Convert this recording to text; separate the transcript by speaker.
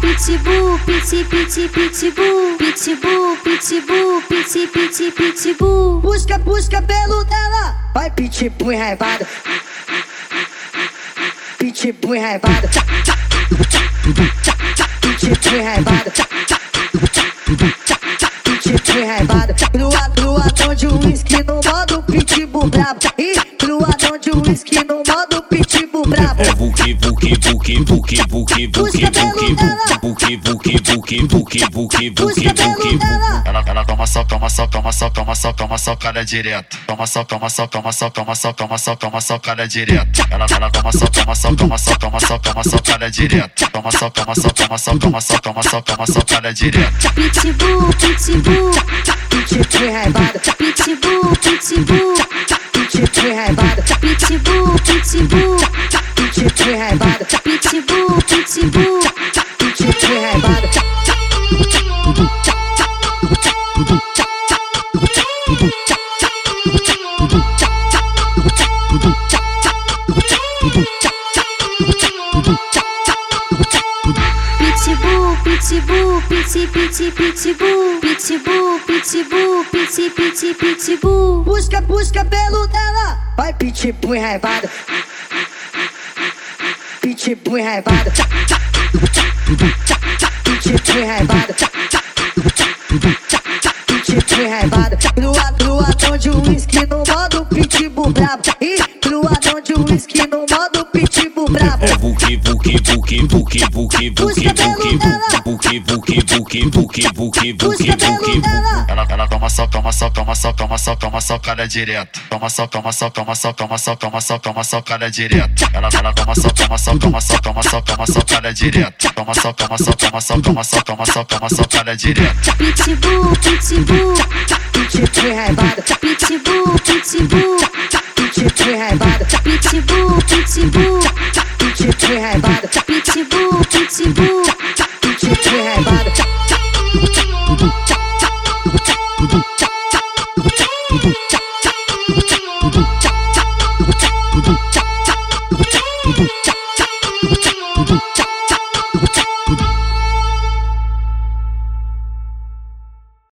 Speaker 1: pitbull, piti, piti, pitbull, pitbull, pitbull, piti, piti, pitbull.
Speaker 2: Busca, busca pelo dela. Vai pitbull enraivado. Pitbull enraivado. Pitbull enraivado. Pitbull enraivado. Lua, luadão de uísque no modo pitbull brabo. Ih, luadão de uísque no modo pitbull brabo.
Speaker 3: É vuki vuki vuki vuki vuki vuki vuki vuki vuki vuki vuki vuki vuki vuki
Speaker 4: Ela, ela toma só, toma só, toma só, toma só, toma só, cara direto. Toma só, toma só, toma só, toma só, toma só, toma só, cara direto. Ela, ela toma só, toma só, toma só, toma só, toma só, cara direto. Toma só, toma só, toma só, toma só, toma só, toma só, cara direto.
Speaker 1: Pitbull, pitbull,
Speaker 2: Pitbull enraivado.
Speaker 1: pitbull, pitbull,
Speaker 2: Pitbull enraivado.
Speaker 1: pitbull, pitbull,
Speaker 2: Pitbull enraivado.
Speaker 1: pitbull, pitbull.
Speaker 2: Pitbull enraivado.
Speaker 1: Pitbull, pitbull, piti, piti, pitbull, pitbull, pitbull, piti, piti, pitbull.
Speaker 2: Busca, busca pelo dela. Vai pitbull enraivado. Pitbull enraivado. Pitbull enraivado. Pitbull enraivado. Lua, luadão de uísque no modo pitbull brabo. Ih, luadão de uísque no modo pitbull brabo.
Speaker 3: É vuki vuki vuki vuki vuki vuki vuki vuki vuki vuki vuki vuki vuki
Speaker 2: Busca pelo
Speaker 3: vuki
Speaker 2: dela.
Speaker 4: Ela, ela toma só, toma só, toma só, toma só, toma só, cara direto. Toma só, toma só, toma só, toma só, toma só, toma só, cara direto. Ela, ela toma só, toma só, toma só, toma só, toma só, cara direto. Toma só, toma só, toma só, toma só, toma só, toma só, cara direto.
Speaker 1: Pitbull, pitbull,
Speaker 2: Pitbull enraivado.
Speaker 1: pitbull, pitbull,
Speaker 2: Pitbull enraivado.
Speaker 1: pitbull, pitbull,
Speaker 2: Pitbull enraivado.
Speaker 1: pitbull, pitbull.